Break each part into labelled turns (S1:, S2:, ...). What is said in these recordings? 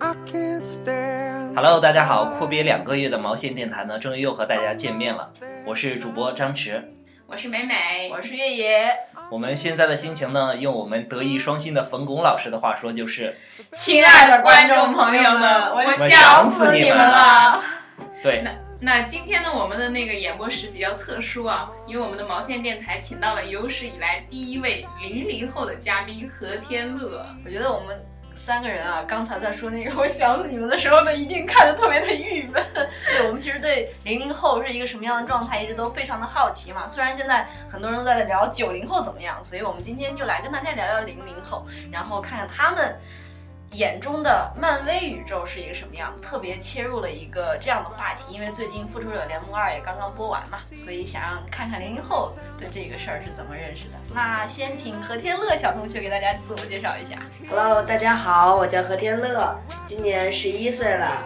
S1: I can't stand.
S2: Hello，大家好，阔别两个月的毛线电台呢，终于又和大家见面了。我是主播张弛，
S3: 我是美美，
S4: 我是月野，
S2: 我们现在的心情呢，用我们德艺双馨的冯巩老师的话说，就是
S3: 亲爱的观众朋友们，我
S2: 们
S3: 想
S2: 死
S3: 你
S2: 们
S3: 们了。
S2: 了。对，
S3: 那今天呢，我们的那个演播室比较特殊啊，因为我们的毛线电台请到了有史以来第一位零零后的嘉宾何天乐。
S4: 我觉得我们三个人啊，刚才在说那个 我想死你们的时候呢，一定看得特别的郁闷。对我们其实对零零后是一个什么样的状态，一直都非常的好奇嘛。虽然现在很多人都在聊九零后怎么样，所以我们今天就来跟大家聊聊零零后，然后看看他们。眼中的漫威宇宙是一个什么样？特别切入了一个这样的话题，因为最近《复仇者联盟二》也刚刚播完嘛，所以想让看看零零后对这个事儿是怎么认识的。那先请何天乐小同学给大家自我介绍一下。
S5: Hello，大家好，我叫何天乐，今年十一岁了，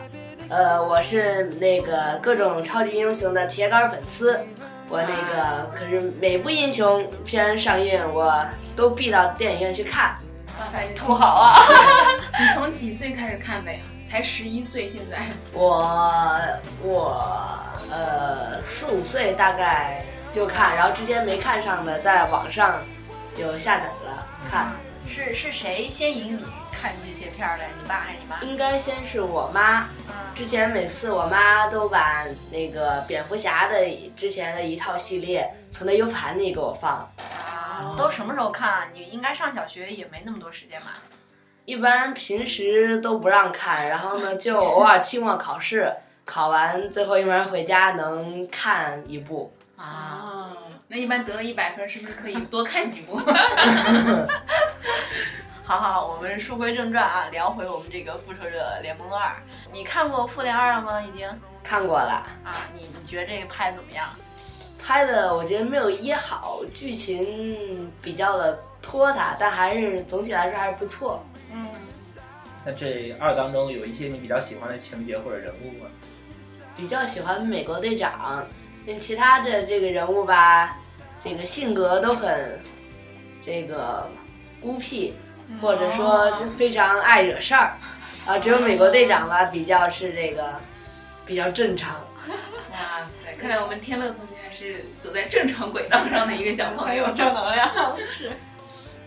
S5: 呃，我是那个各种超级英雄的铁杆粉丝，我那个可是每部英雄片上映我都必到电影院去看，
S3: 哇塞，你
S4: 土豪！啊！
S3: 你从几岁开始看的呀？才十一岁，现在
S5: 我我呃四五岁大概就看，然后之前没看上的在网上就下载了看，
S4: 是是谁先引你看这些片儿的？你爸还是你妈？
S5: 应该先是我妈
S4: 嗯，
S5: 之前每次我妈都把那个蝙蝠侠的之前的一套系列存在 U 盘里给我放，
S3: 哦
S4: 啊，都什么时候看啊？你应该上小学也没那么多时间吧？
S5: 一般平时都不让看，然后呢就偶尔期末考试考完最后一门回家能看一部。
S4: 啊，
S3: 那一般得了一百分，是不是可以多看几部？
S4: 好好，我们书归正传啊，聊回我们这个《复仇者联盟二》，你看过《复联二》了吗？已经
S5: 看过了，
S4: 啊，你你觉得这个拍得怎么样？
S5: 拍的我觉得没有一好，剧情比较的拖沓，但还是总体来说还是不错。
S4: 嗯，
S2: 那这二当中有一些你比较喜欢的情节或者人物吗？
S5: 比较喜欢美国队长，那其他的这个人物吧，这个性格都很这个孤僻，或者说非常爱惹事儿。啊，只有美国队长吧，比较是这个比较正常。
S3: 哇塞，看来我们天乐同学还是走在正常轨道上的一个小朋友。
S4: 能量，是。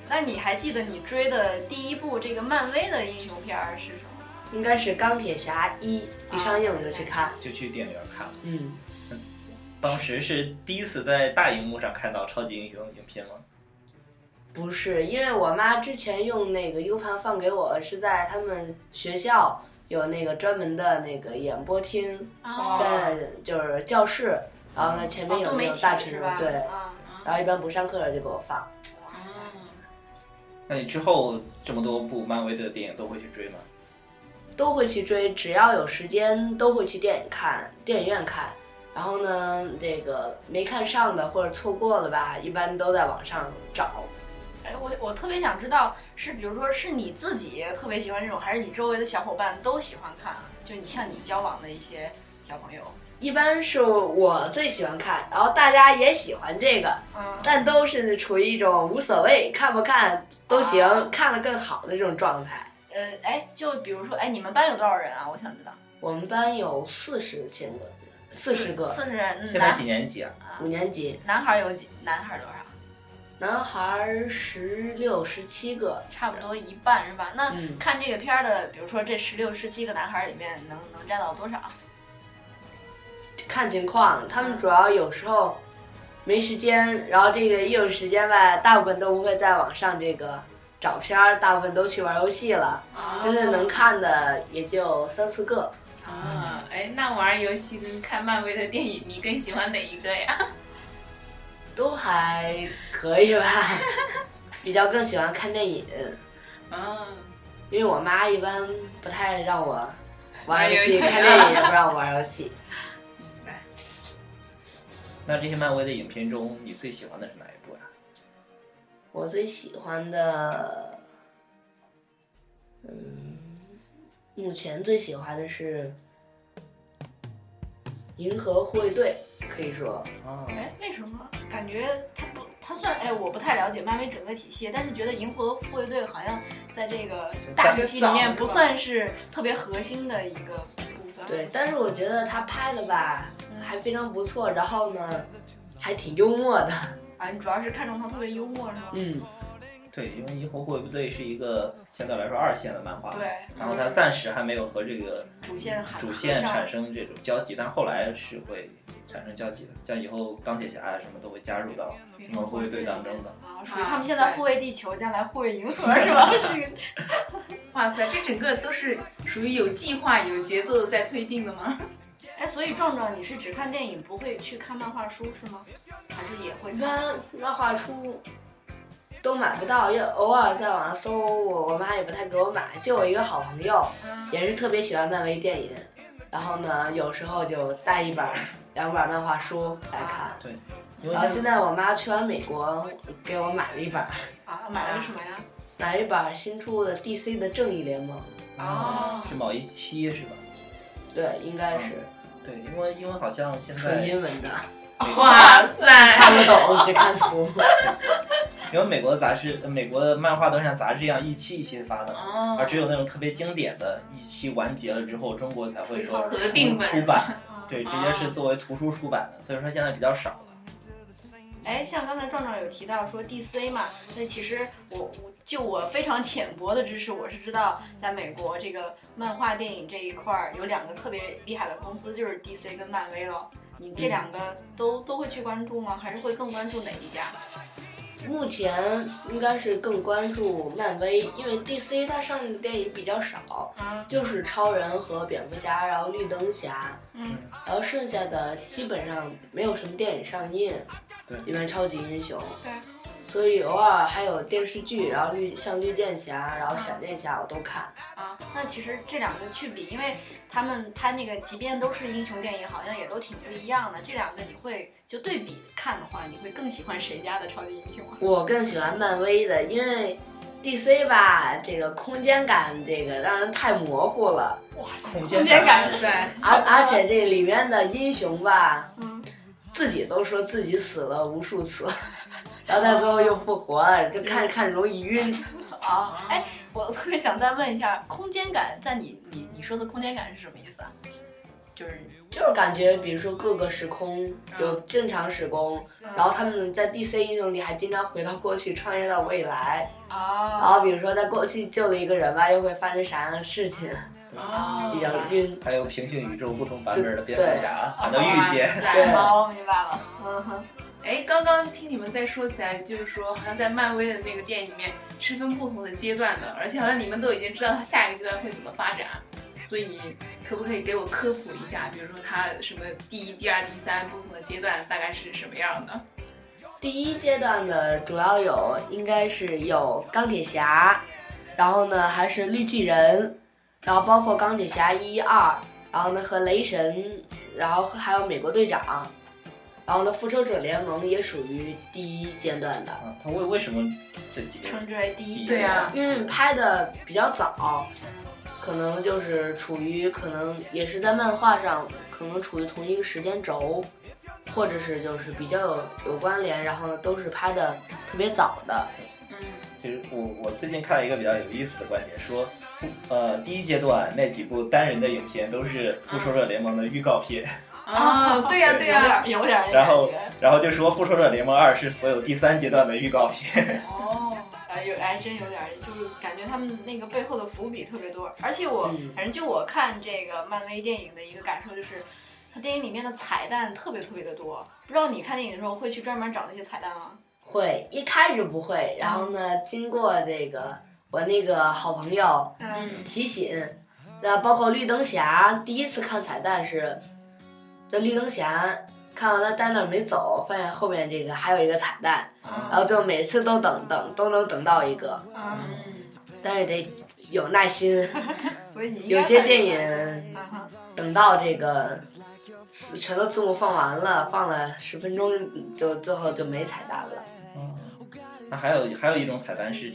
S4: 那你还记得你追的第一部这个漫威的英雄片儿是什么？
S5: 应该是钢铁侠一一上映我就去看，
S2: 就去电影院看了。
S5: 嗯，
S2: 当时是第一次在大荧幕上看到超级英雄影片吗？
S5: 不是，因为我妈之前用那个 U 盘放给我，是在他们学校有那个专门的那个演播厅，
S3: 哦
S5: 在就是教室，然后呢前面
S4: 哦
S5: 有
S4: 多
S5: 那
S4: 媒
S5: 种
S4: 体
S5: 大
S4: 是
S5: 屏幕
S4: 吧？，
S5: 对，
S4: 啊，
S5: 然后一般不上课了就给我放。
S3: 哦
S2: 那你之后这么多部漫威的电影都会去追吗？
S5: 都会去追，只要有时间都会去电影看，电影院看。然后呢，这个没看上的或者错过了吧，一般都在网上找。
S4: 哎，我我特别想知道，是比如说是你自己特别喜欢这种，还是你周围的小伙伴都喜欢看啊？就你像你交往的一些小朋友，
S5: 一般是我最喜欢看，然后大家也喜欢这个，
S4: 嗯，
S5: 但都是处于一种无所谓，看不看都行，
S4: 啊
S5: 看了更好的这种状态。
S4: 呃，哎，就比如说，哎，你们班有多少人啊？我想知道。
S5: 我们班有四十千个，四十个，
S4: 四十人，嗯
S2: 现在
S4: 男
S2: 几年级啊？
S4: 啊
S5: 五年级，
S4: 男孩有几？男孩多少？啊
S5: 男孩十六、十七个，
S4: 差不多一半是吧？那
S5: 嗯
S4: 看这个片儿的，比如说这十六、十七个男孩里面能，能占到多少？啊
S5: 看情况，他们主要有时候没时间，然后这个一有时间吧，大部分都不会在网上这个找片儿，大部分都去玩游戏了。
S3: 啊
S5: 真正能看的也就三四个。
S3: 啊！哎，那玩游戏跟看漫威的电影，你更喜欢哪一个呀？
S5: 都还可以吧， 比较更喜欢看电影，
S3: 嗯，
S5: 因为我妈一般不太让我
S3: 玩
S5: 玩游
S3: 游
S5: 戏，
S3: 戏啊
S5: 看电影也不让我玩游戏。
S3: 明白。
S2: 那这些漫威的影片中，你最喜欢的是哪一部呀、啊
S5: 我最喜欢的，嗯，目前最喜欢的是《银河护卫队》，可以说
S2: 啊？
S4: 哎，为什么感觉他不他虽然哎，我不太了解漫威整个体系，但是觉得银河护卫队好像在这个大体系里面不算是特别核心的一个部分。
S5: 对，但是我觉得他拍的吧还非常不错，然后呢还挺幽默的，
S4: 啊，你主要是看中他特别幽默是吗？
S5: 嗯，
S2: 对，因为《银河护卫队》是一个相对来说二线的漫画，
S4: 对，
S2: 然后它暂时还没有和这个
S4: 主线还
S2: 嗯主线产生这种交集，但后来是会产生交集的，像以后钢铁侠啊什么都会加入到银河护卫队当中的。
S4: 啊，属于他们现在护卫地球，将来护卫银河是吧？这个
S3: 哇塞，这整个都是属于有计划、有节奏的在推进的吗？
S4: 哎，所以壮壮，你是只看电影，不会去看漫画书是吗？还是也会
S5: 一
S4: 看？
S5: 般漫画书都买不到，也偶尔在网上搜，我我妈也不太给我买。就我一个好朋友，
S3: 嗯
S5: 也是特别喜欢漫威电影，然后呢，有时候就带一本儿、两本儿漫画书来看。
S2: 对，因为
S5: 然后
S2: 现
S5: 现在我妈去完美国，给我买了一本儿，
S4: 啊，买了什么呀？
S5: 买了一本儿新出的 DC 的正义联盟。
S2: 在
S3: 哦
S2: 是某一期是吧？
S5: 对，应该是
S2: 对，因为因为好像现
S5: 纯
S2: 在
S5: 英文的，
S3: 哇塞，
S5: 看不懂，只看图。
S2: 因为美国的杂志、呃美国的漫画都像杂志一样一期一期发的，
S3: 哦
S2: 而只有那种特别经典的一期完结了之后，中国才会说
S4: 合
S2: 出
S3: 订本
S2: 出版，
S4: 嗯
S2: 对，直接是作为图书出版的，所以说现在比较少了。
S4: 哎，像刚才壮壮有提到说 DC 嘛，那其实我我就我非常浅薄的知识，我是知道在美国这个漫画电影这一块儿有两个特别厉害的公司，就是 DC 跟漫威了。你这两个都、都会去关注吗？还是会更关注哪一家？
S5: 目前应该是更关注漫威，因为 DC 它上的电影比较少，
S4: 啊，
S5: 就是超人和蝙蝠侠，然后绿灯侠，
S4: 嗯，
S5: 然后剩下的基本上没有什么电影上映，
S2: 对
S5: 里面超级英雄，
S4: 对，
S5: 所以偶尔还有电视剧，然后绿像绿箭侠，然后闪电侠我都看，
S4: 啊，那其实这两个去比，因为他们拍那个，即便都是英雄电影，好像也都挺不一样的。这两个你会就对比看的话，你会更喜欢谁家的超级英雄啊？
S5: 我更喜欢漫威的，因为 DC 吧，这个空间感这个让人太模糊了，
S4: 哇塞，
S2: 空
S4: 间
S2: 间
S4: 感
S2: 感
S3: 哇塞，
S5: 而而且这里面的英雄吧。
S4: 嗯，
S5: 自己都说自己死了无数次，然后到最后又复活了，就看着看着容易晕。
S3: 哦
S4: 啊，哎，我特别想再问一下，空间感在你你你说的空间感是什么意思啊？就是
S5: 就是感觉，比如说各个时空有正常时空，然后他们在 DC 英雄里还经常回到过去，穿越到未来，
S3: 哦
S5: 然
S4: 啊
S5: 后比如说在过去救了一个人吧，又会发生啥样的事情，
S3: 哦
S5: 比较晕。
S2: 还有平行宇宙不同版本的蝙蝠侠，啊还能
S3: 哇
S2: 遇见。
S5: 对
S3: 塞，
S4: 哦，明白了，嗯哼，
S3: 哎，刚刚听你们在说起来，就是说好像在漫威的那个电影里面是分不同的阶段的，而且好像你们都已经知道它下一个阶段会怎么发展，所以可不可以给我科普一下？比如说它什么第一、第二、第三不同的阶段大概是什么样的？
S5: 第一阶段的主要有，应该是有钢铁侠，然后呢还是绿巨人，然后包括钢铁侠一二，然后呢和雷神，然后还有美国队长，然后呢复仇者联盟也属于第一阶段的，
S2: 啊，他为为什么这几个？
S4: 称之为第一
S2: 对
S4: 阶段
S2: 啊
S5: 因为嗯拍的比较早，
S4: 嗯
S5: 可能就是处于可能也是在漫画上可能处于同一个时间轴，或者是就是比较有有关联，然后呢都是拍的特别早的。
S3: 嗯，
S2: 其实我我最近看了一个比较有意思的观点，说，呃，第一阶段那几部单人的影片都是复仇者联盟的预告片，
S3: 哦，对呀、对呀、
S4: 有啊点有点
S2: 然后然后就说复仇者联盟二是所有第三阶段的预告 片。
S4: 哦，啊，有还真有点儿，就是感觉他们那个背后的伏笔特别多。而且我、
S5: 嗯
S4: 反正就我看这个漫威电影的一个感受就是，它电影里面的彩蛋特别特别的多。不知道你看电影的时候会去专门找那些彩蛋吗？
S5: 会，一开始不会，然后呢，经过这个我那个好朋友
S3: 嗯
S5: 提醒，那包括绿灯侠，第一次看彩蛋是，这绿灯侠看完了在那儿没走，发现后面这个还有一个彩蛋，
S2: 啊
S5: 然后就每次都等等都能等到一个，
S4: 嗯，
S5: 但是得有耐心，
S4: 所以你应该
S5: 有些
S4: 算是
S5: 电
S4: 看了
S5: 影
S4: 啊哈
S5: 等到这个全都字幕放完了，放了十分钟就最后就没彩蛋了。
S2: 那还有还有一种彩蛋是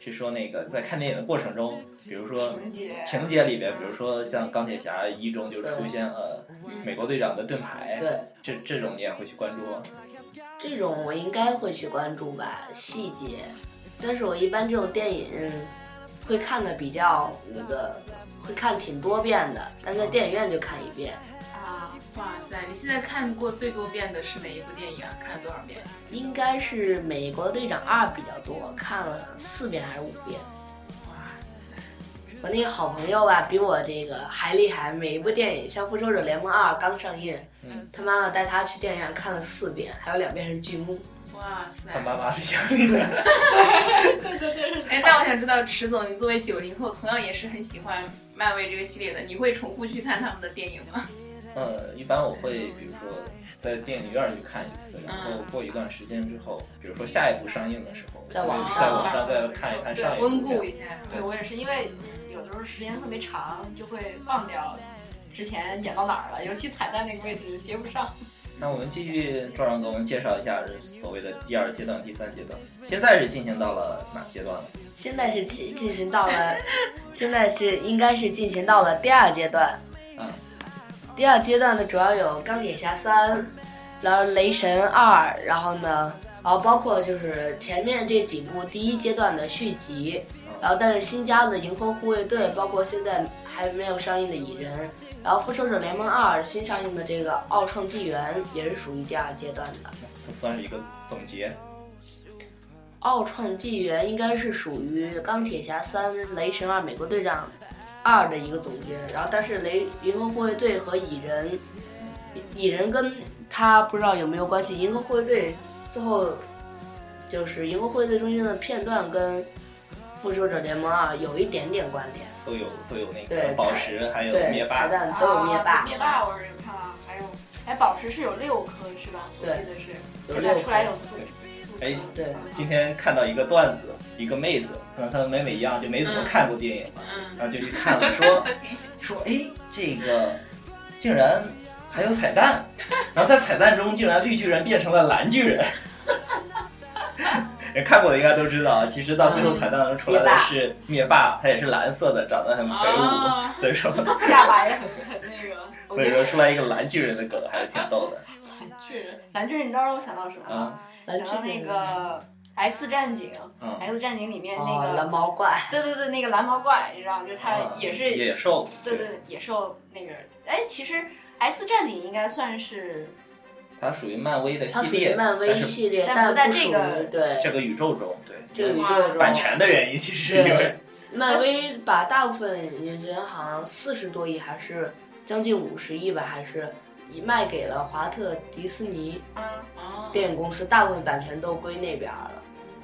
S2: 是说那个在看电影的过程中，比如说
S4: 情节
S2: 情节里边，比如说像钢铁侠一中就出现呃美国队长的盾牌，
S5: 对，
S2: 这这种你也会去关注吗？
S5: 这种我应该会去关注吧，细节。但是我一般这种电影会看的比较那个，会看挺多遍的，但在电影院就看一遍，
S4: 啊，
S3: 哇塞，你现在看过最多遍的是哪一部电影啊？看了多少遍？
S5: 应该是《美国队长二》比较多，看了四遍还是五遍。
S3: 哇塞，
S5: 我那个好朋友吧，比我这个还厉害。每一部电影，像《复仇者联盟二》刚上映，
S2: 嗯
S5: 他妈妈带他去电影院看了四遍，还有两遍是剧目。
S3: 哇塞
S2: 他！妈妈在家里 面。
S3: 哎，那我想知道，迟总，你作为九零后，同样也是很喜欢漫威这个系列的，你会重复去看他们的电影 吗？
S2: 呃，一般我会比如说在电影院儿去看一次，然后过一段时间之后，比如说下一部上映的时候，
S5: 嗯在网
S2: 就是
S5: 上
S2: 在网上再看一看上一部。
S3: 温故一下。
S4: 对我也是，因为有时候时间特别长，就会忘掉之前演到哪儿了，尤其彩蛋那个位置接不上。
S2: 那我们继续，赵长给我们介绍一下这所谓的第二阶段、第三阶段，现在是进行到了哪阶段了？
S5: 现在是进进行到了，现在是应该是进行到了第二阶段。
S2: 嗯，
S5: 第二阶段呢，主要有钢铁侠三，然后雷神二，然后呢，然后包括就是前面这几部第一阶段的续集，
S2: 啊
S5: 然后但是新加的银河护卫队，包括现在还没有上映的蚁人，然后复仇者联盟二新上映的这个奥创纪元也是属于第二阶段的。
S2: 这算是一个总结。
S5: 奥创纪元应该是属于钢铁侠三、雷神二、美国队长二的一个总结，然后但是雷银河护卫队和蚁人，蚁人跟他不知道有没有关系。银河护卫队最后就是银河护卫队中间的片段跟复仇者联盟二有一点点关联，
S2: 都有都有那个
S5: 对
S2: 宝石，还有灭
S5: 对
S2: 霸，
S5: 彩蛋都有灭霸，
S4: 啊灭霸我是看了，还有哎，宝石是有六颗是吧？我记得是，
S5: 有
S4: 现
S5: 六
S4: 在出来
S5: 个。
S4: 有四
S2: 对
S4: 四颗。
S2: 哎
S5: 对
S2: 今天看到一个段子，一个妹子和她妹妹一样，就没怎么看过电影嘛，
S3: 嗯
S2: 然后就去看了， 说说哎，这个竟然还有彩蛋，然后在彩蛋中竟然绿巨人变成了蓝巨 人。看过的应该都知道，其实到最后彩蛋中出来的是灭霸，他也是蓝色的，长得很魁
S3: 哦
S2: 梧，所以 说
S4: 下巴也很很那 个。
S2: 所以说出来一个蓝巨人的梗还是挺逗的
S4: 蓝巨人，蓝巨人，你知道让我想到什么吗？
S2: 啊，
S5: 蓝哦
S4: 想
S5: 巨
S4: 到那
S5: 人
S4: 个《X 战警》，
S2: 嗯
S4: 《X 战警》里面那
S5: 哦，蓝
S4: 个，
S5: 毛怪，
S4: 对对对，那个蓝毛怪，你知道吗，就是他
S2: 啊
S4: 也是
S2: 野兽，
S4: 对对，野兽那个，哎，其实《X 战警》应该算是，
S2: 它属于漫威的
S5: 它属
S2: 系
S5: 于
S2: 列，
S5: 漫威
S2: 但是
S5: 系列，
S4: 但不在
S5: 不属
S4: 这
S5: 于
S4: 个嗯
S5: 对
S2: 这个宇宙中，对
S5: 这个宇
S3: 哇
S5: 宙中
S2: 版权的原因，其实是因为
S5: 对漫威把大部分人好像四十多亿，还是将近五十亿吧，还是卖给了华特迪士尼
S4: 嗯，
S3: 哦，
S5: 电影公司，大部分版权都归那边儿了。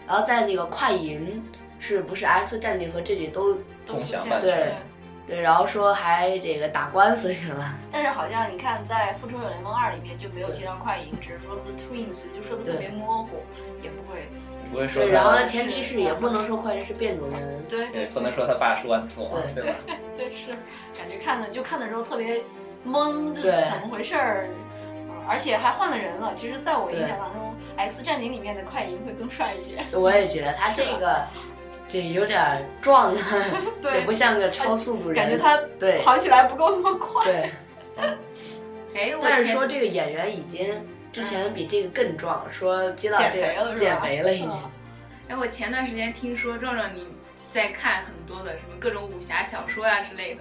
S5: 然后在那个快银，是不是 X 战警和这里都
S4: 都
S2: 共
S4: 出
S2: 享
S4: 现
S2: 版
S4: 了
S5: 权对？然后说还这个打官司去了，
S4: 但是好像你看，在《复仇者联盟二》里面就没有提到快银，只是说 The Twins，就说的特别模糊，也不会
S2: 不会说
S5: 对，然后
S2: 他
S5: 呢，前提是也不能说快银是变种人，
S4: 对
S2: 对
S4: 对，
S2: 不能说他爸是万磁王，
S5: 对
S2: 对吧？
S4: 对是，感觉看的就看的时候特别懵，这
S5: 对
S4: 是怎么回事儿？嗯而且还换了人了。其实，在我印
S5: 对
S4: 象当中，《X 战警》里面的快银会更帅一点。
S5: 我也觉得他这个这有点儿壮啊，这
S4: 对
S5: 不，像个超速度人，
S4: 感觉他
S5: 对
S4: 跑起来不够那么快。
S5: 对。
S3: 哎，我
S5: 但是
S3: 前
S5: 说这个演员已经之前比这个更壮，说接到
S4: 嗯减
S5: 这
S4: 肥了
S5: 个
S4: 是吧？
S5: 减肥了已经。
S4: 嗯
S3: 哎，我前段时间听说壮壮你在看很多的什么各种武侠小说呀、之类的，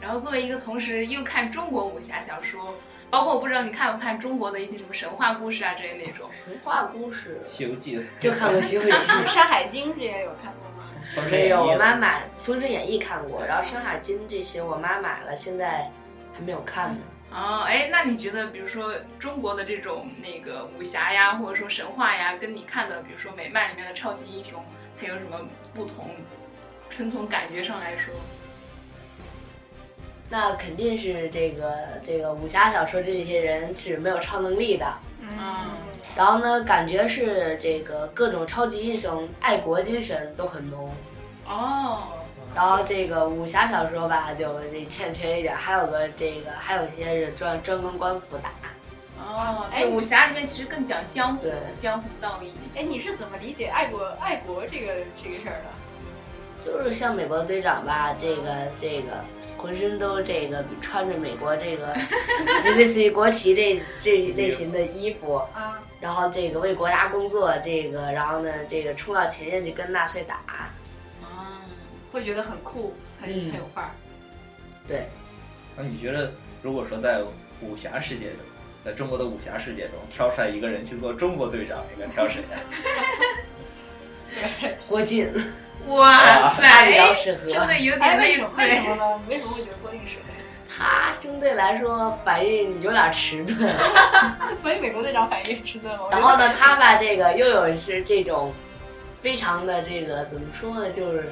S3: 然后作为一个同时又看中国武侠小说，包括我不知道你看不看中国的一些什么神话故事啊之类那种，
S5: 神话故事
S2: 《西游记》
S5: 就看过《西游记》
S4: 《山海经》这些有看过吗？
S2: 封神
S5: 没
S2: 演
S5: 有，
S2: 义
S5: 我妈买《封神演义》看过，
S2: 对
S5: 然后《山海经》这些我妈买了，现在还没有看呢。
S4: 嗯
S3: 哦，哎，那你觉得，比如说中国的这种那个武侠呀，或者说神话呀，跟你看的，比如说美漫里面的超级英雄，它有什么不同？纯从感觉上来说，
S5: 那肯定是这个这个武侠小说这些人是没有超能力的。
S3: 嗯
S5: 然后呢，感觉是这个各种超级英雄爱国精神都很浓。
S3: 哦，
S5: 然后这个武侠小说吧，就这欠缺一点，还有个这个，还有一些是专专跟官府打。
S3: 哦，
S4: 哎
S3: 对，武侠里面其实更讲江湖
S5: 对，
S3: 江湖道义。
S4: 哎，你是怎么理解爱国爱国这个这个事儿的？
S5: 就是像美国队长吧，这个这个浑身都这个穿着美国这个就类似于国旗这这类型的衣服，
S4: 啊，
S5: 然后这个为国家工作，这个然后呢这个冲到前线去跟纳粹打，
S3: 啊，
S4: 会觉得很酷，很
S5: 嗯
S4: 很有范儿。
S5: 对，
S2: 那你觉得，如果说在武侠世界中，在中国的武侠世界中挑出来一个人去做中国队长，应该挑谁啊？
S5: 郭靖，
S3: 哇
S5: 他
S3: 塞，
S5: 比较适合
S3: 真的有
S4: 哎，
S3: 点
S4: 为
S3: 类
S4: 什
S3: 似
S4: 么？为什么呢？你为什么会觉得郭靖是？
S5: 他啊相对来说反应有点迟钝，
S4: 所以美国队长反应也迟钝了。我觉
S5: 然
S4: 得
S5: 后呢，他吧这个又有是这种非常的这个怎么说呢，就是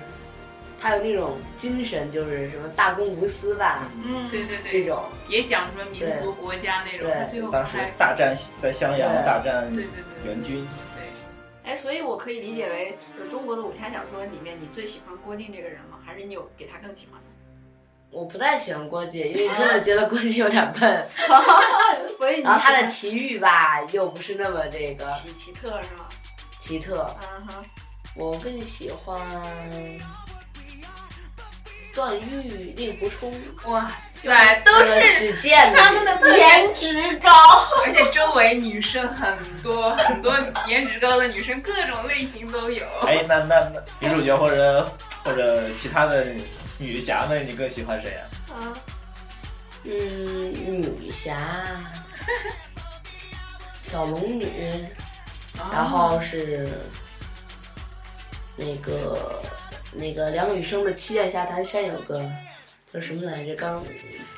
S5: 他有那种精神，就是什么大公无私吧，
S4: 嗯，
S3: 对对对，
S5: 这种
S3: 也讲什么民族国家那种，
S5: 对
S3: 他最后
S2: 当时
S3: 还
S2: 大战在襄阳
S5: 对
S2: 大战
S3: 对对对
S2: 援军，
S3: 对，
S4: 哎，所以我可以理解为，就是中国的武侠小说里面，你最喜欢郭靖这个人吗？还是你有给他更喜欢？
S5: 我不太喜欢郭靖，因为真 的觉得郭靖有点笨，
S4: 所以你
S5: 然后他的
S4: 喜
S5: 奇遇吧又不是那么这个
S4: 欢奇奇特是吗？
S5: 奇特，
S4: 嗯哼，
S5: 我更喜欢段誉、令狐冲，
S3: 哇塞，都
S5: 这个
S3: 是
S5: 史建
S3: 他们的特点
S5: 颜值高。
S3: 而且周围女生很多，很多颜值高的女生，各种类型都有。
S2: 哎，那那那女主角或者或者其他的女侠们，你更喜欢谁啊？
S4: 嗯，
S5: 嗯，女侠，小龙女，然后是那个那个梁羽生的《七剑侠谭山》有个叫什么来着？刚之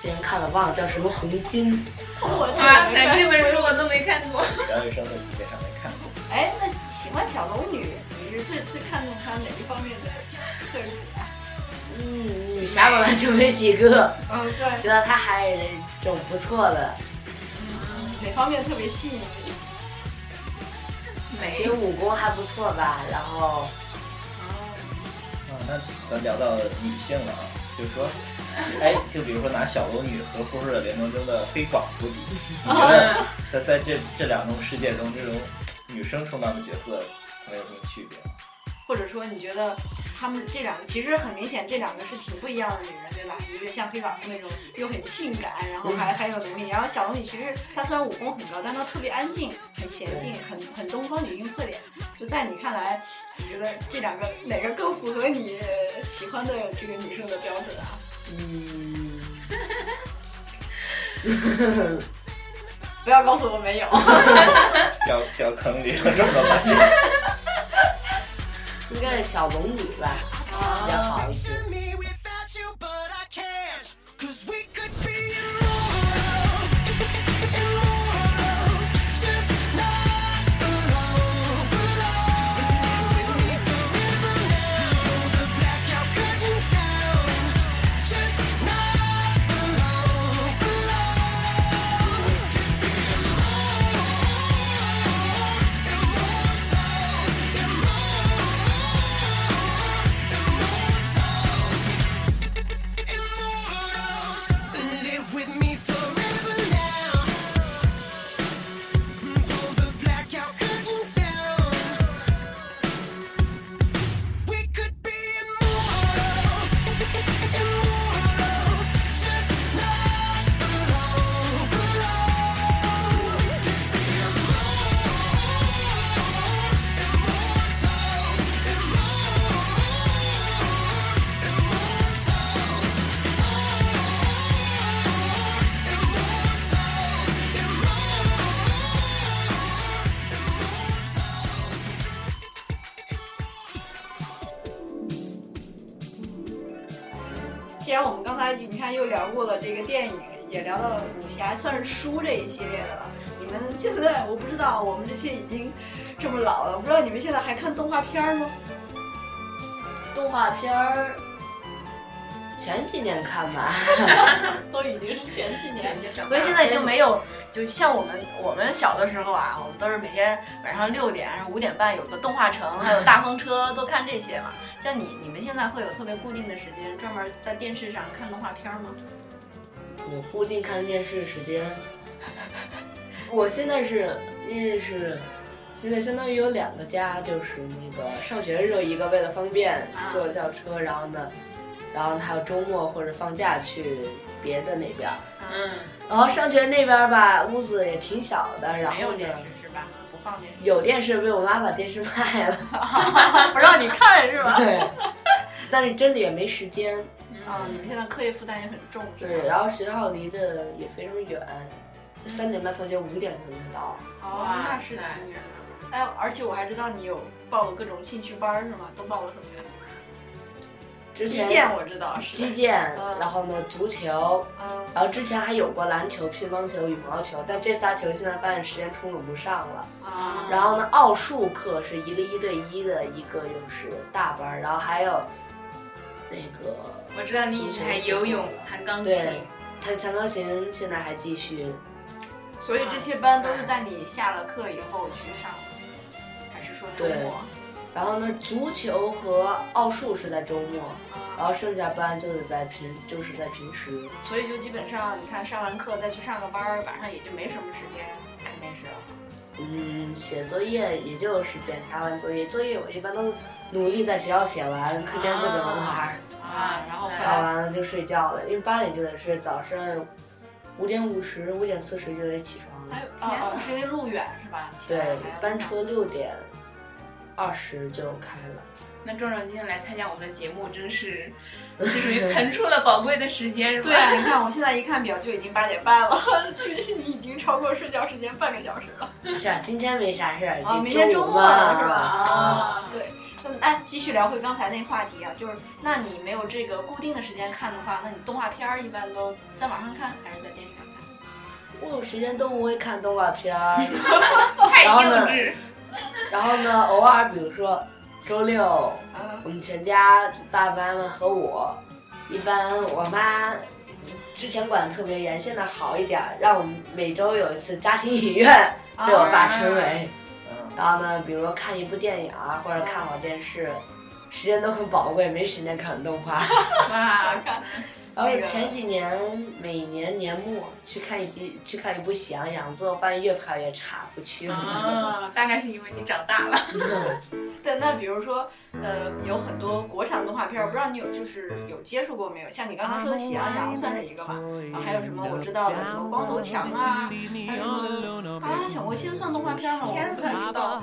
S5: 前看了忘了叫什么红巾。
S4: 我
S3: 哇塞，这本书我都没看过。
S2: 梁羽生的基本上没看过，
S4: 哎，那喜欢小龙女，你是最最看重她哪一方面的特质啊？
S5: 嗯，女侠本来就没几个，
S4: 嗯，对，
S5: 觉得她还是一种不错的。
S4: 哪方面特别吸引你？
S5: 这
S3: 没
S5: 个武功还不错吧，然后
S2: 啊，那咱聊到女性了啊，就是说，哎，就比如说拿小龙女和复仇者联盟中的黑寡妇比，你觉得在在这这两种世界中，这种女生充当的角色，他们有什么区别吗？
S4: 或者说你觉得他们这两个其实很明显，这两个是挺不一样的女人，对吧？一个像黑寡妇那种又很性感，然后还很有能力，然后小龙女其实她虽然武功很高，但她特别安静，很娴静，很很东方女性特点。就在你看来，你觉得这两个哪个更符合你呃喜欢的这个女生的标准啊？
S5: 嗯，
S4: 不要告诉我没有，
S2: 掉掉坑里了，这么发现？
S5: 应该是小龙女吧，比较好一些。
S1: me without you, but I can't. Cause we could be immortals, immortals, just not alone, alone. Forever now, the blackout curtains down, just not alone, alone. We could be immortals, immortals, immortals. Live with me forever now. Pull the blackout curtains down. We could be immortals, immortals, just not alone, alone. We could be immortals, immortals, immortals.
S4: 既然我们刚才你看又聊过了这个电影，也聊到了武侠，算是书这一系列的了。你们现在我不知道，我们这些已经这么老了，我不知道你们现在还看动画片儿吗？
S5: 动画片儿前几年看吧，
S4: 都已经是前几年。所
S3: 所
S4: 以
S3: 以
S4: 现
S3: 现
S4: 在
S3: 在
S4: 就没有，就像我们我们小的时候啊，我们都是每天晚上六点、五点半有个动画城，还有大风车，都看这些嘛。像你你们现在会有特别固定的时间，专门在电视上看动画片吗？
S5: 我固定看电视时间。 我现在是因为是现在相当于有两啊个家，就是那个上学的时候一个为了方便坐校车，然后呢然后还有周末或者放假去别的那边儿。
S4: 啊
S3: 嗯，
S5: 然后上学那边儿吧，屋子也挺小的，然
S4: 没有
S5: 后呢
S4: 电视是吧？不放电视，
S5: 有电视，被我妈把电视卖了。
S4: 不让你看是吧？
S5: 对，但是真的也没时间。
S4: 啊，
S3: 嗯
S4: 你们现在课业负担也很重，是吧
S5: 对，然后学校离得也非常远，三点半放学，五点才能到。
S4: 哦，那是挺远的。哎，而且我还知道你有报了各种兴趣班儿是吗？都报了什么呀？
S5: 之
S4: 击
S5: 前
S4: 剑我知道是。
S5: 击。剑啊
S4: 嗯，
S5: 然后呢足球，
S4: 嗯，
S5: 然后之前还有过篮球、乒乓球、羽毛球，但这仨球现在发现时间充分不上了。
S4: 啊，
S5: 然后呢，奥数课是一个一对一的，一个就是大班儿，然后还有那个
S3: 我知道你以前还游泳、弹钢琴，
S5: 对，弹弹钢琴现在还继续，
S4: 所以这些班都是在你下了课以后去上的，还是说周
S5: 对
S4: 末？
S5: 然后呢足球和奥数是在周末，然后剩下班就是在平就是在平时。
S4: 所以就基本上，你看上完课再去上个班儿，晚上也就没什么时间看电视了。
S5: 嗯，写作业也就是检查完作业，作业我一般都努力在学校写完，课间不怎么玩儿，
S4: 啊，然后回
S5: 打
S4: 来
S5: 完了就睡觉了，因为八点就得睡，早上五点五十、五点四十就得起床了。
S4: 哎哦哦，是因为路远是吧？起来
S5: 对
S4: 还要，
S5: 班车六点二十就开了。
S3: 那壮壮今天来参加我们的节目，真是 是属于腾出了宝贵的时间，是吧？
S4: 对啊，你看我现在一看表就已经八点半了， 距离你已经超过睡觉时间半个小时了。
S5: 是啊，今天没啥事儿，
S4: 啊，
S5: 就
S4: 明天哦周
S5: 午
S4: 末
S5: 嘛
S4: 了是吧？
S5: 啊，
S4: 啊，对。嗯，哎，继续聊回刚才那话题啊，就是那你没有这个固定的时间看的话，那你动画片儿一般都在网上看还是在电视上看？
S5: 我
S4: 哦
S5: 有哦时间都不会看动画 片儿。
S3: 太
S5: 然后
S3: 幼
S5: 呢
S3: 稚。
S5: 然后呢，偶尔比如说周六，
S4: 嗯
S5: 我们全家爸爸妈妈和我，一般我妈之前管得特别严，现在好一点儿，让我们每周有一次家庭影院，
S4: 啊
S5: 被我爸称为。
S2: 嗯，
S5: 然后呢，比如看一部电影啊，或者看会儿电视，时间都很宝贵，没时间看动 画。
S3: 哇，
S4: 看，
S5: 然
S4: 那
S5: 后
S4: 个
S5: 前几年每年年末去看一集，去看一部《喜羊羊》，最后发现越拍越差，不去了。
S4: 啊
S5: 啊
S3: 哦，大概是因为你长大了。
S4: 对，那比如说，呃，有很多国产动画片儿，我不知道你有就是有接触过没有？像你刚才说的《喜羊羊》算是一个吧，然后还有什么我知道的什么光头强啊，还有什么啊小魔仙算动画片吗？我不知道，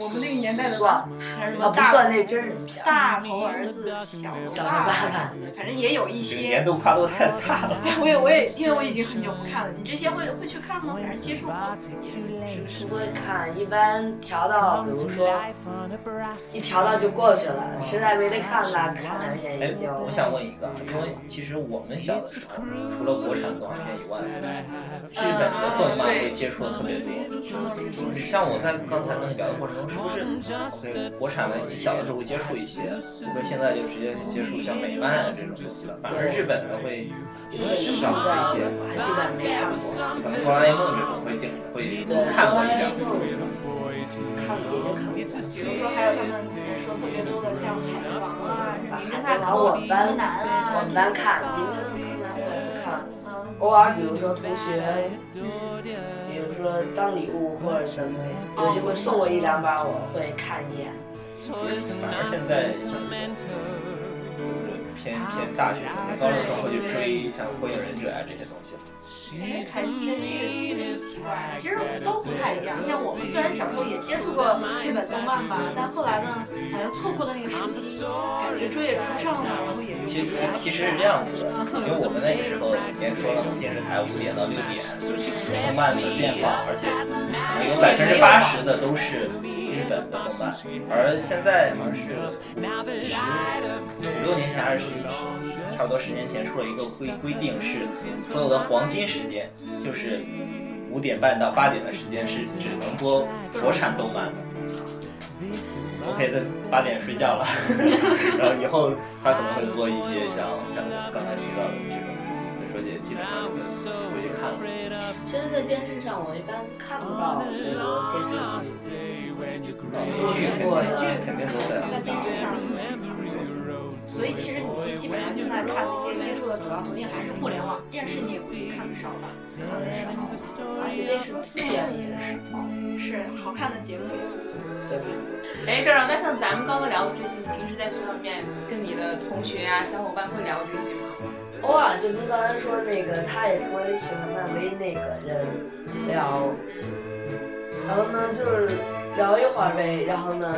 S3: 我们那个年代的
S5: 算了，
S4: 还有什
S5: 啊
S4: 么
S5: 不
S4: 大
S5: 算那真人片儿。
S4: 大头儿子哦小
S5: 小
S4: 爸
S5: 头
S4: 爸
S5: 爸爸
S4: 什么的，反正也有一
S2: 这个
S4: 些
S2: 年。度跨度太大了。
S4: 哎，我也我也，因为我已经很久不看了。你这些会会去看吗？还是接触过？
S5: 不会看，一般调到，比如说一调到就过去了，实在没得看了，看两眼
S2: 哎
S5: 也就。，
S2: 我想问一个，因为其实我们小的时候，除了国产动画片以外，日本的动漫会接触的特别多。你像我在刚才跟你聊的过程中，是不是 OK 国产的？你小的时候会接触一些，不会现在就直接去接触像美漫啊这种东西了，反而日本的会
S5: 因为现在
S2: 掌握一些，
S5: 还基本没看过，
S2: 可能哆啦 A 梦这种会经会
S5: 对，
S2: 看过
S5: 一
S2: 一两次。
S5: 看过也就看过一
S4: 比
S5: 两次。
S4: 如说还有他们说特别多的，像《海贼王》啊，《名侦
S5: 海
S4: 探
S5: 贼王我
S4: 柯
S5: 们班，
S4: 南》啊，
S5: 我们班看，名侦探柯南我也不看，
S4: 嗯
S5: 偶尔比如说同学，比如说当礼物或者什么，有些会送我一两本，我会看一眼。
S2: 反而现在像偏偏大学生、偏高中生会去追像《火影忍者》啊这些东西。
S4: 哎，还真这个奇怪，其实都不太一样。像我们虽然小时候也接触过日本动漫吧，但后来呢，好像错过了那个时期，感觉追也追不上了，然后也
S2: 其其其实是这样子的，因为我们那个时候，以前说了嘛，电视台五点到六点，动漫随便放，而且可能有百分之八十的都是日本的动漫，而现在好像是十五六年前还是十差不多十年前出了一个规规定，是所有的黄金时间就是五点半到八点的时间是只能播国产动漫的。OK，在八点睡觉了， 然后以后他可能会多一些像像刚才提到的这种，所以说也基本上就会回去看了。
S5: 现在在电视上我一般看不到那个电视剧，
S2: 然后电视剧肯定肯定都在
S4: 在电视上。
S2: 对，
S4: 所以其实你基基本上现在看那些接触的主要途径还是互联网，电视你也估计看的少吧，看的少了，
S5: 而且电视质量也是，
S4: 是好看的节目也不多。
S5: 对吧？
S3: 哎，赵赵，那像咱们刚刚聊的这些，你平时在学校里面跟你的同学啊、小伙伴会聊这些吗？
S5: 偶尔就跟刚才说那个，他也特别喜欢漫威那个人聊，
S3: 嗯
S5: 然后呢就是聊一会儿呗，然后呢，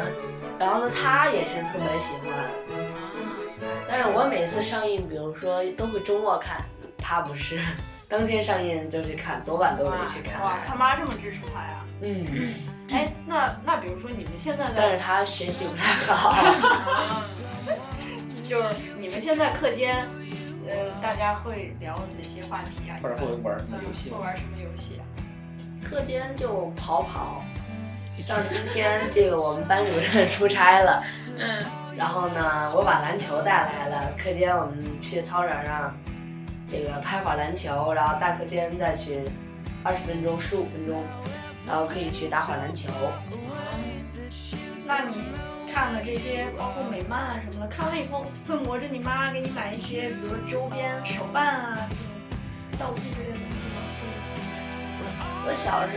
S5: 然后呢他也是特别喜欢，
S3: 啊，
S5: 但是我每次上映，比如说都会周末看，他不是，当天上映就去看，多晚都得去
S4: 哇，
S5: 看。
S4: 他妈这么支持他呀？
S5: 嗯，
S4: 哎，那那比如说你们现在
S5: 但
S4: 在
S5: 是，他学习不太好，
S4: 就是你们现在课间，呃，大家会聊哪些话题啊？
S2: 或者会玩什么
S4: 嗯
S2: 游戏
S4: 会
S2: 吗？
S4: 玩什么游戏啊？
S5: 课间就跑跑。像今天这个我们班主任出差了，
S3: 嗯，
S5: 然后呢，我把篮球带来了。课间我们去操场上，这个拍会儿篮球，然后大课间再去二十分钟、十五分钟，然后可以去打会儿篮球。
S4: 那你看了这些，包括美漫啊什么的，看完以后会磨着你妈给你买一些，比如说周边、手办啊这种道具之类的东西吗？
S5: 我小时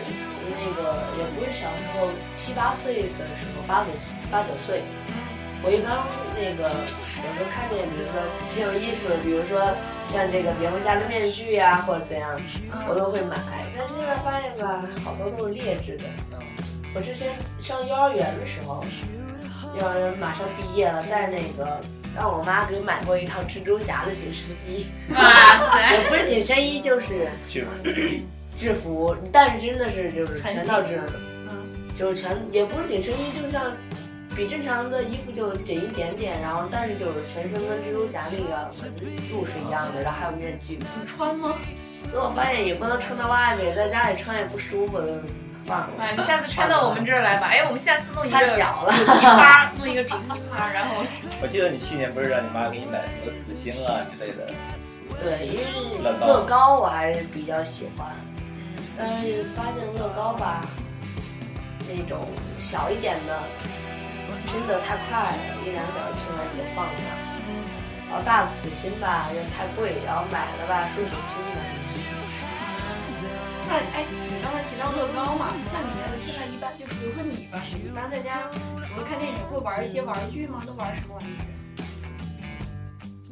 S5: 那个也不是小时候，七八岁的时候，八九八九岁，我一般那个有时候看见，比如说挺有意思的，比如说像这个蝙蝠侠的面具呀、或者怎样，我都会买。但现在发现吧，好多都是劣质的。我之前上幼儿园的时候，幼儿园马上毕业了，在那个让我妈给买过一趟蜘蛛侠的紧身衣，
S3: 哇塞，
S5: 也不是紧身衣，就是。
S2: 就是
S5: 制服，但是真的是就是全套制服，
S4: 嗯
S5: 就是全也不是紧身衣，就像比正常的衣服就紧一点点，然后但是就是全身跟蜘蛛侠那个纹路是一样的，然后还有面具，
S4: 你穿吗？
S5: 所以我发现也不能穿到外面，在家里穿也不舒服的，放
S3: 哇，
S5: 了。
S3: 哎你下次穿到我们这儿来吧。哎，我们下次弄一个
S5: 太
S3: 主题
S5: 小了，
S3: 趴，弄一个主题趴，然后
S2: 我记得你去年不是让你妈给你买什么紫星啊之类的，
S5: 对，因为
S2: 乐高
S5: 乐高我还是比较喜欢，但是发现乐高吧，那种小一点的拼的太快了，一两个小时拼完你就放掉。然后大的死心吧又太贵，然后买了吧说不拼了。
S4: 那哎，你刚才提到乐高嘛，像你们现在一般，就比如说你吧，你一般在家除了看电影，会玩一些玩具吗？都玩什么玩具？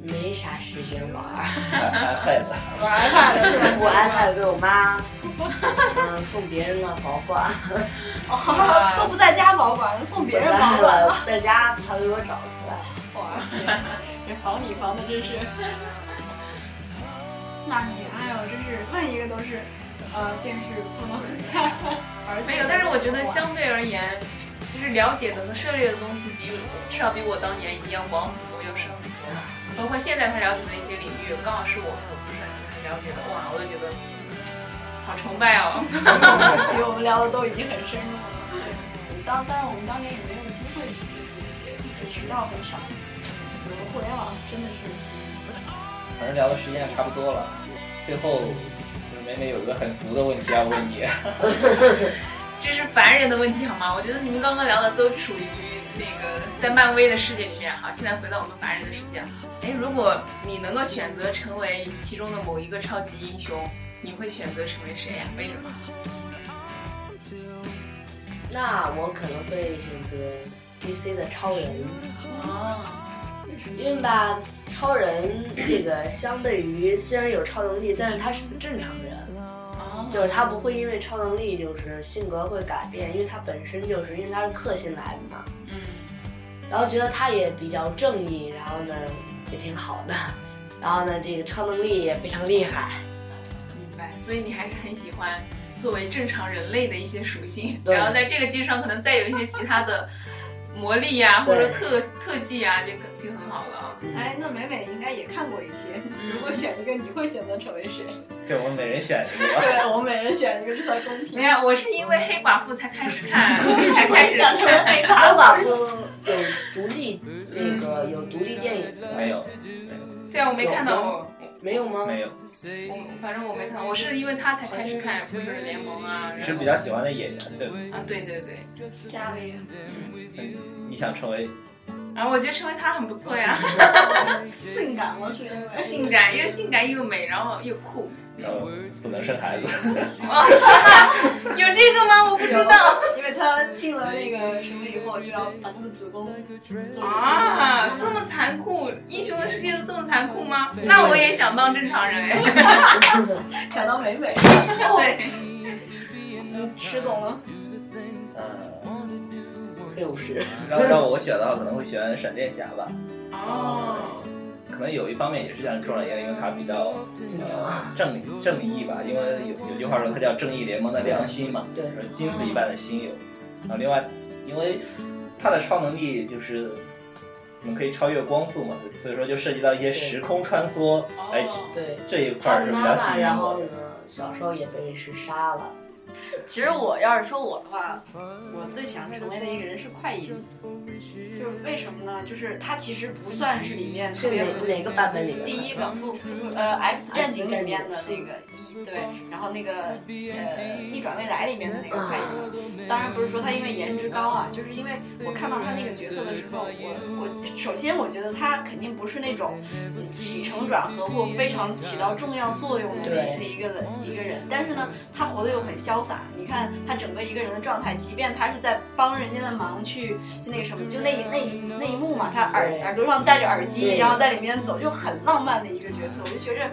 S5: 没啥时间玩儿，
S2: 还还坏了。
S4: 玩 iPad 是吧？
S5: 我 iPad 给我妈，嗯，送别人了啊保管，
S4: 哦，都不在家保管，送别人保管。
S5: 我在家她给我找出来。
S4: 哇， 这防你防的真是。 那你哎呦，真是问一个都是，呃，电视不能看，而
S3: 没有。但是我觉得相对而言，就是了解的和涉猎的东西比，至少比我当年已经要广很多，要深很多。包括现在他了解的一些领域，刚好是我所不是很了解的，哇，我就觉得好崇拜哦。
S4: 比我们聊的都已经很深入了。对当当然我们当年也没有机会去接触这些，就渠道很少。有个互联网真的是，
S2: 反正聊的时间也差不多了，最后就是美美有一个很俗的问题要问你，
S3: 这是凡人的问题好吗？我觉得你们刚刚聊的都处于那个在漫威的世界里面哈。现在回到我们凡人的世界，哎，如果你能够选择成为其中的某一个超级英雄，你会选择成为谁呀、啊为什么？
S5: 那我可能会选择 DC 的超人。
S3: 哦，
S5: 因为吧，超人这个相对于虽然有超能力，但是他是个正常人，
S3: 哦，
S5: 就是他不会因为超能力就是性格会改变，因为他本身就是因为他是克星来的嘛。
S3: 嗯，
S5: 然后觉得他也比较正义，然后呢也挺好的， 然后呢这个超能力也非常厉害。
S3: 明白。所以你还是很喜欢作为正常人类的一些属性，
S5: 对
S3: 然后在这个基础上，可能再有一些其他的魔力呀、或者
S5: 对
S3: 特特技呀、就更就很好了啊。
S4: 哎，那美美应该也看过一些。如果选一个，你会选择成为谁？
S2: 对我们每人选一个吧。
S4: 对我每人选一个，这才公平
S3: 没。有，我是因为黑寡妇才开始 看，才开始 看。
S4: 黑
S5: 黑寡妇有独立那个有独立电影的
S2: 没有，
S3: 对啊，我没看到我，
S5: 没有吗？
S2: 没有，
S3: 我反正我没看到，我是因为他才开始看复仇者联盟啊。然后
S2: 你是比较喜欢的演员，对吧？
S3: 啊，对对对，
S4: 家里
S2: 嗯你想成为
S3: 啊，我觉得成为她很不错呀，
S4: 性感，我觉得
S3: 性感又性感又美，然后又酷。
S2: 然后不能生孩子，
S3: 哦 有这个吗？我不知道
S4: 因为他进了那个什么以后，就要把他的子宫做
S3: 啊，这么残酷，英雄的世界都这么残酷吗？那我也想当正常人哎。
S4: 想到美美，
S3: 对，
S4: 石总呢？
S2: 嗯，
S5: 黑武士，
S2: 让让我选的话，可能会选闪电侠吧。
S3: 哦，
S2: 可能有一方面也是像众人一样，因为他比较呃正正义吧，因为有有句话说他叫正义联盟的良心嘛，
S5: 对
S2: 就是金子一般的心有。然后另外，因为他的超能力就是我们可以超越光速嘛，所以说就涉及到一些时空穿
S5: 哦
S2: 梭，哎，
S5: 对，
S2: 这一块
S5: 他
S2: 儿
S5: 的
S2: 是比
S5: 妈
S2: 较吸
S5: 妈，
S2: 引
S5: 然后
S2: 我的。
S5: 呢，小时候也被是杀了，
S4: 其实我要是说我的话，我最想成为的一个人是快银，就是为什么呢？就是他其实不算是里面特
S5: 是
S4: 别
S5: 哪
S4: 核心
S5: 哪个版本里面？
S4: 第一个复复呃 X 战警里面的那个一对，然后那个呃逆转未来里面的那个快银，当然不是说他因为颜值高啊，就是因为我看到他那个角色的时候，我我首先我觉得他肯定不是那种呃起承转合或非常起到重要作用的
S5: 对
S4: 那一个人一个人，但是呢，他活得又很潇洒。你看他整个一个人的状态，即便他是在帮人家的忙去就那个什么，就那一那一那一幕嘛，他耳
S5: 对
S4: 耳朵上戴着耳机，
S5: 对
S4: 然后在里面走，就很浪漫的一个角色，我就觉着。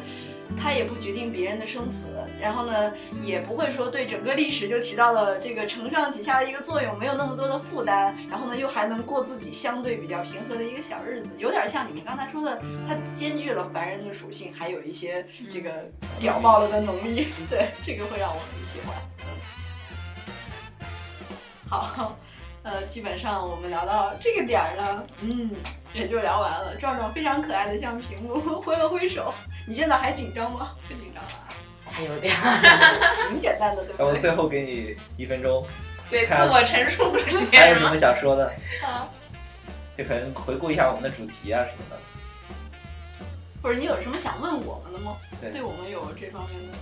S4: 他也不决定别人的生死，然后呢，也不会说对整个历史就起到了这个承上启下的一个作用，没有那么多的负担，然后呢，又还能过自己相对比较平和的一个小日子，有点像你们刚才说的，它兼具了凡人的属性，还有一些这个屌爆了的农民， 对，这个会让我很喜欢。嗯，好，呃，基本上我们聊到这个点儿呢，嗯，也就聊完了。壮壮非常可爱的向屏幕 挥了挥手，你现在还紧张吗？不紧张了，
S5: 还有点儿，
S4: 挺简单的，对
S2: 然
S4: 不
S2: 后
S4: 对？
S2: 最后给你一分钟，
S3: 对，自
S2: 看
S3: 我陈述时
S2: 还有
S3: 间
S2: 什么
S3: 吗？
S2: 想说的？
S4: 啊，
S2: 就可能回顾一下我们的主题啊什么的。
S4: 或者你有什么想问我们的吗？
S2: 对
S4: 我们有这方面的。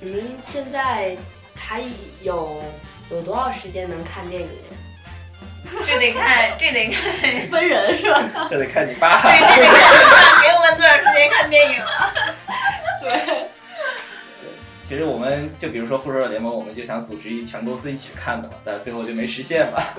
S5: 你们现在还有有多少时间能看电影？
S3: 这得看，这得看，
S4: 分人是吧？
S2: 这得看你爸。
S3: 对，这得看，给我们多少时间看电影啊？
S4: 对，
S2: 其实我们就比如说《复仇者联盟》，我们就想组织一全公司一起看的嘛，但是最后就没实现吧。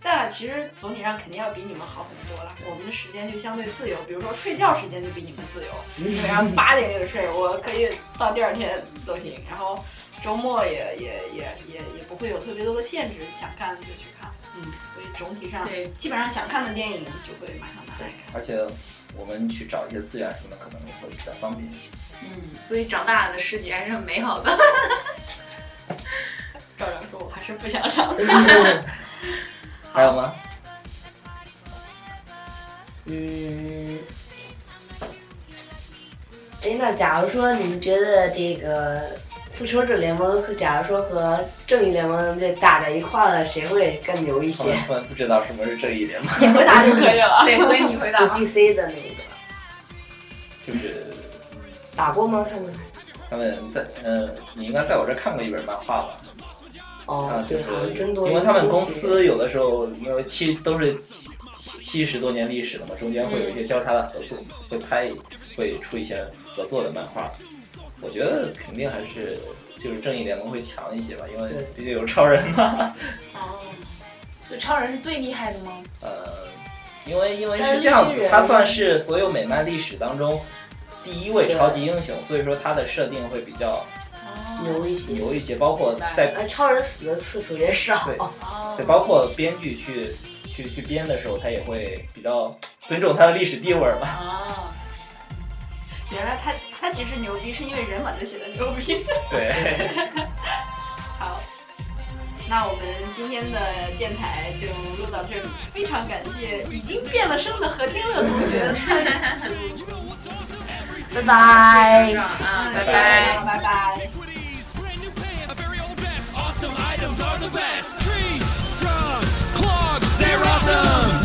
S4: 但其实总体上肯定要比你们好很多了。我们的时间就相对自由，比如说睡觉时间就比你们自由，基本上八点就睡，我可以到第二天都行。然后周末也也也也也不会有特别多的限制，想看就去看。嗯，所以总体上
S3: 对
S4: 基本上想看的电影就会马上拿来看。
S2: 而且我们去找一些资源什么的，可能会比较方便一些。
S3: 嗯，所以长大了的尸体还是很美好的。
S4: 照样说，我还是不想上。
S2: 还有吗？
S5: 嗯，哎，那假如说你们觉得这个复仇者联盟和假如说和正义联盟这打在一块儿了，谁会更牛一
S2: 他
S5: 些
S2: 们？他们不知道什么是正义联盟，
S4: 你回答就可以 了。
S3: 对，所以你回答
S5: 就
S3: 吧
S5: DC 的那个
S2: 就是
S5: 打过吗？他们？
S2: 他们在呃，你应该在我这儿看过一本漫画吧？
S5: 哦
S2: 啊，，就
S5: 对，好像
S2: 是
S5: 真多。
S2: 因为他们公司有的时候因为七都是七七七十多年历史的嘛，中间会有一些
S5: 嗯
S2: 交叉的合作，会拍会出一些合作的漫画。我觉得肯定还是就是正义联盟会强一些吧，因为
S5: 对
S2: 毕竟有超人嘛。
S3: 哦，所以超人是最厉害的吗？
S2: 呃，因为因为
S5: 但
S2: 是
S5: 是
S2: 这样
S5: 绿
S2: 子
S5: 巨，人
S2: 他算是所有美漫历史当中第一位超级英雄，所以说他的设定会比较
S4: 哦
S5: 牛一些。
S2: 牛一些，包括在
S5: 呃，超人死的次数也少。
S2: 对
S3: 哦
S2: 对，包括编剧去去去编的时候，他也会比较尊重他的历史地位儿吧。
S3: 哦，
S4: 原来他他其实牛逼，是因为人把他写的牛逼。
S2: 对，
S4: 好，那我们今天的电台就录到这里，非常感谢已经变了声的何天乐同 学参与，
S5: 拜拜
S3: 这。样啊，拜拜。
S4: 拜拜拜。
S1: with ease. Brand new pants, a very old vest. Awesome items are the best. Trees, frogs, clogs, they're awesome.